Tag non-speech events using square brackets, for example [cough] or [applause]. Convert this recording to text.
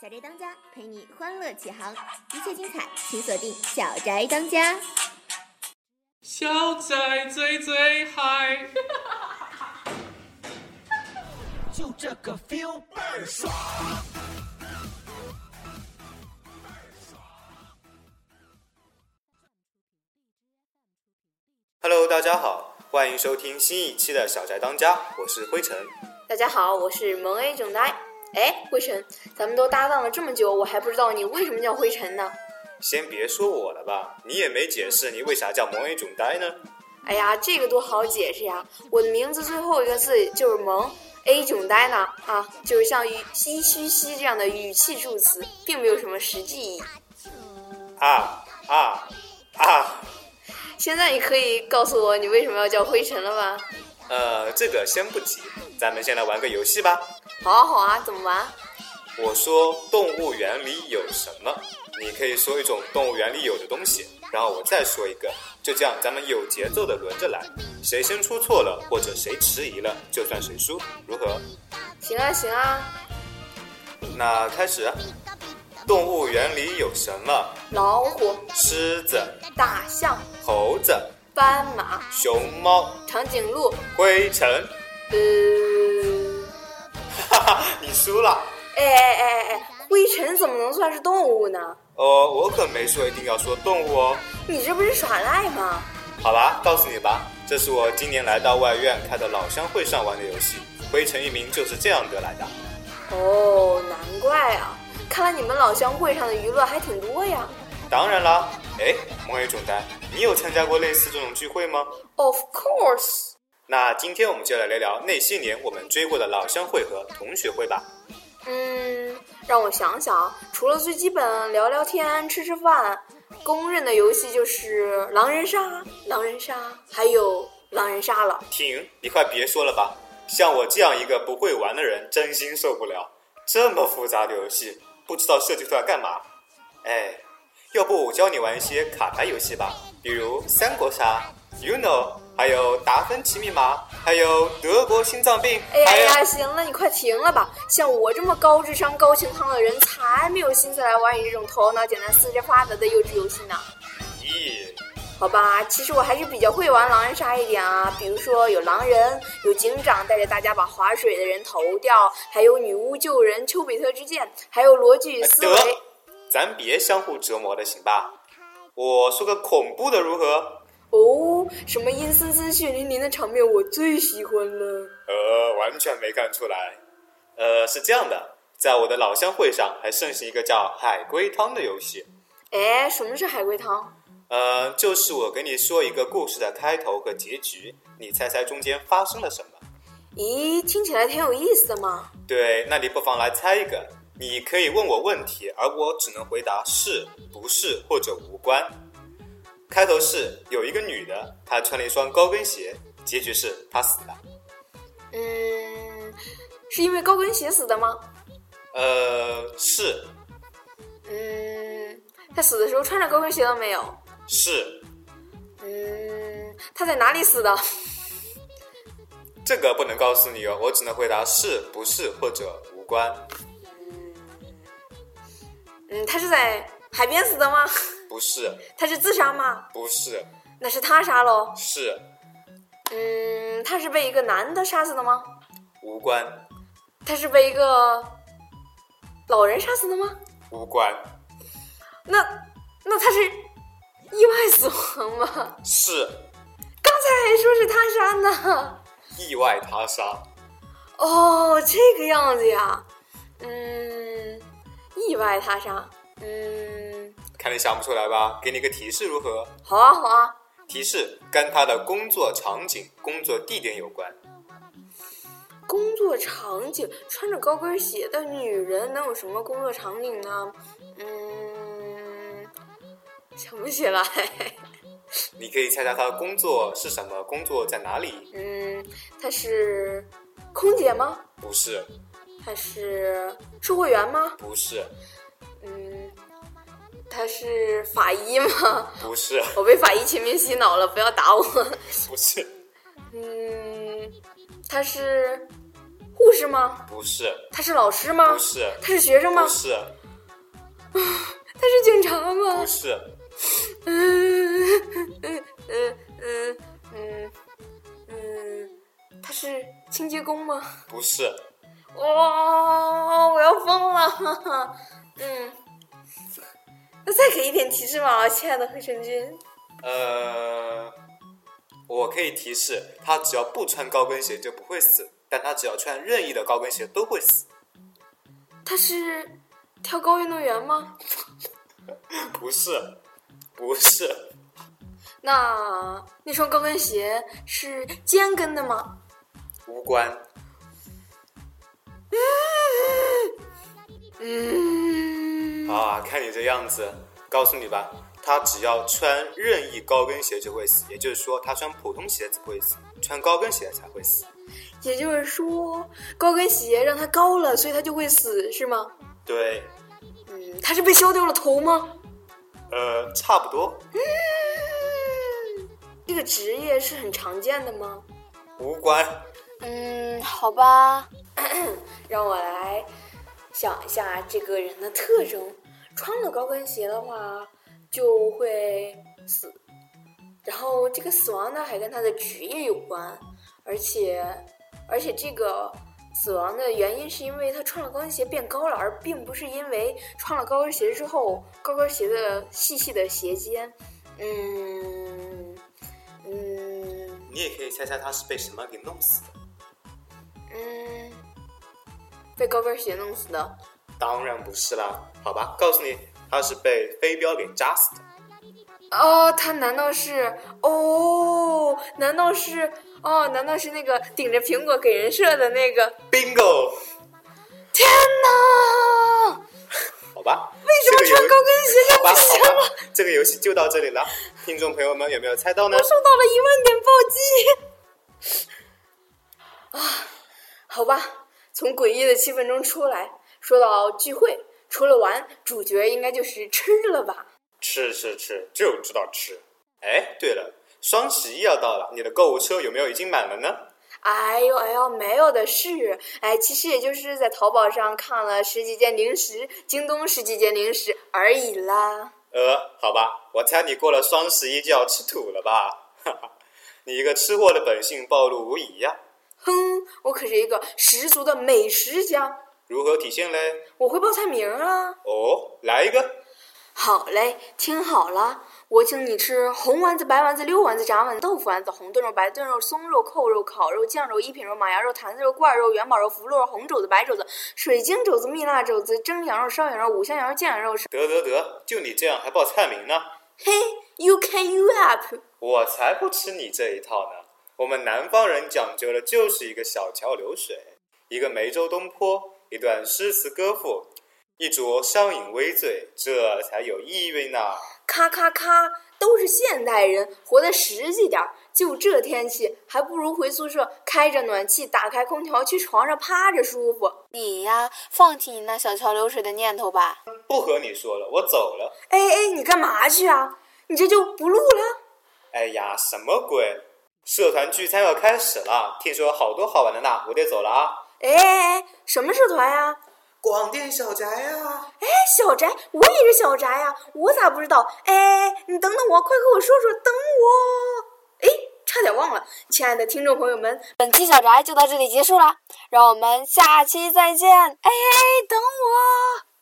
小宅当家陪你欢乐起航，一切精彩，请锁定小宅当家。小仔最最嗨！就这个 feel 倍儿爽。 Hello，大家好，欢迎收听新一期的小宅当家，我是灰尘。大家好，我是萌 A 总呆。哎，灰尘，咱们都搭档了这么久，我还不知道你为什么叫灰尘呢？先别说我了吧，你也没解释你为啥叫萌 A 囧呆呢？哎呀，这个多好解释呀！我的名字最后一个字就是萌 A 总呆呢啊，就是像语唏嘘嘘这样的语气助词，并没有什么实际意义。啊啊啊！现在你可以告诉我你为什么要叫灰尘了吧？呃，这个先不急，咱们先来玩个游戏吧。好啊好啊，怎么玩？我说动物园里有什么，你可以说一种动物园里有的东西，然后我再说一个，就这样咱们有节奏的轮着来，谁先出错了或者谁迟疑了，就算谁输，如何？行啊行啊，那开始。动物园里有什么？老虎、狮子、大象、猴子、斑马、熊猫、长颈鹿，灰尘。 [laughs] 呃。哈哈，你输了。哎哎哎哎哎，灰尘怎么能算是动物呢？哦，我可没说一定要说动物哦。你这不是耍赖吗？好吧，告诉你吧，这是我今年来到外院开的老乡会上玩的游戏，灰尘一名就是这样得来的。哦，难怪啊！看来你们老乡会上的娱乐还挺多呀。当然啦，哎，萌野总呆，你有参加过类似这种聚会吗？ Of course，那今天我们就来聊聊那些年我们追过的老乡会和同学会吧。嗯，让我想想啊，除了最基本聊聊天、吃吃饭，公认的游戏就是狼人杀、狼人杀，还有狼人杀了。停，你快别说了吧，像我这样一个不会玩的人，真心受不了这么复杂的游戏，不知道设计出来干嘛。哎，要不我教你玩一些卡牌游戏吧，比如三国杀、Uno，还有达芬奇密码，还有德国心脏病，哎呀还哎有呀，行了，你快停了吧！像我这么高智商、高情商的人，才没有心思来玩你这种头脑简单、四肢发达的幼稚游戏呢。咦，好吧，其实我还是比较会玩狼人杀一点啊，比如说有狼人，有警长带着大家把划水的人投掉，还有女巫救人、丘比特之箭，还有逻辑与思哎得维。，咱别相互折磨了，行吧？我说个恐怖的如何？哦，什么阴森森、血淋淋的场面，我最喜欢了。呃，完全没看出来。呃，是这样的，在我的老乡会上还盛行一个叫海龟汤的游戏。哎，什么是海龟汤？呃，就是我给你说一个故事的开头和结局，你猜猜中间发生了什么？咦，听起来挺有意思的嘛。对，那你不妨来猜一个。你可以问我问题，而我只能回答是不是或者无关。开头是有一个女的，她穿了一双高跟鞋，结局是她死了。嗯，是因为高跟鞋死的吗？呃，是嗯，他死的时候穿着高跟鞋了没有？是，嗯，他在哪里死的？这个不能告诉你哦，我只能回答是不是或者无关。嗯，他是在海边死的吗？不是，他是自杀吗？不是，那是他杀喽。是嗯，他是被一个男的杀死的吗？无关，他是被一个老人杀死的吗？无关，那那他是意外死亡吗？是刚才还说是他杀呢。意外他杀。哦，这个样子呀。嗯，意外他杀。嗯，看你想不出来吧？给你个提示如何？好啊好啊。提示跟他的工作场景、工作地点有关。工作场景，穿着高跟鞋的女人能有什么工作场景呢？嗯， [laughs] 想不起来。 [laughs] 你可以猜猜他的工作是什么？工作在哪里？嗯，她是空姐吗？不是，她是售货员吗？不是，嗯，她是法医吗？ [laughs] 不是，我被法医秦明洗脑了，不 [laughs] 要打我。不是，嗯，她是护士吗？不是，他是老师吗？不是，他是学生吗不？是，他是警察吗不？是，嗯嗯嗯嗯嗯嗯，他是清洁工吗？不是，哇，我要疯了！嗯，那再给一点提示吧，亲爱的黑神君。呃，我可以提示，他只要不穿高跟鞋就不会死，但他只要穿任意的高跟鞋都会死。他是跳高运动员吗？不是，不是，那那双高跟鞋是尖跟的吗？无关，嗯，啊，看你这样子，告诉你吧，他只要穿任意高跟鞋就会死，也就是说，他穿普通鞋子不会死，穿高跟鞋才会死。也就是说，高跟鞋让他高了，所以他就会死，是吗？对，嗯，他是被削掉了头吗？呃，差不多，这个职业是很常见的吗？无关。嗯，好吧， [clears throat] 让我来想一下这个人的特征。穿了高跟鞋的话，就会死。然后这个死亡呢，还跟他的职业有关，而且而且这个死亡的原因是因为他穿了高跟鞋变高了，而并不是因为穿了高跟鞋之后高跟鞋的细细的鞋尖。嗯嗯。你也可以猜猜他是被什么给弄死的。嗯，被高跟鞋弄死的。当然不是啦，好吧，告诉你，他是被飞镖给扎死的。哦，他难道是？哦，难道是？哦，难道是那个顶着苹果给人射的那个？ Bingo，天哪！好吧，为什么这个游穿高跟鞋就好吧，不行好了？吧，这个游戏就到这里了。听众朋友们有没有猜到呢我？受到了一万点暴击。啊，好吧，从诡异的气氛中出来。说到聚会，除了玩，主角应该就是吃了吧？吃吃吃，就知道吃。哎，对了，双十一要到了，你的购物车有没有已经满了呢？哎呦哎呦，没有的事。哎，其实也就是在淘宝上看了十几件零食，京东十几件零食而已啦。呃，好吧，我猜你过了双十一就要吃土了吧？ [laughs] 哈哈，你一个吃货的本性暴露无遗呀、哼，我可是一个十足的美食家，如何体现嘞？我会报菜名啊。哦，来一个，好嘞，听好了，我请你吃红丸子、白丸子、溜丸子、炸丸子、豆腐丸子、红炖肉、白炖肉、松肉、扣肉、烤肉、酱肉、一品肉、马牙肉、坛子肉、罐肉、元宝肉、福禄肉、红肘子、白肘子、水晶肘子、蜜蜡肘子、蒸羊肉、烧羊肉、五香羊肉、酱羊肉。得得得，就你这样还报菜名呢？嘿，You can you up。我才不吃你这一套呢！我们南方人讲究的就是一个小桥流水，一个梅州东坡，一段诗词歌赋，一酌商饮微醉，这才有意味呢。咔咔咔，都是现代人，活得实际点儿。就这天气，还不如回宿舍开着暖气，打开空调，去床上趴着舒服。你呀，放弃你那小桥流水的念头吧。不和你说了，我走了。哎哎，你干嘛去啊？你这就不录了？哎呀，什么鬼？社团聚餐要开始了，听说好多好玩的呢，我得走了啊！哎哎哎，什么社团呀、广电小宅啊！哎，小宅，我也是小宅呀、我咋不知道？哎哎，哎你等等我，快给我说说，等我。哎，差点忘了，亲爱的听众朋友们，本期哎小宅就到这里结束了，让我们下期再见。哎，等我。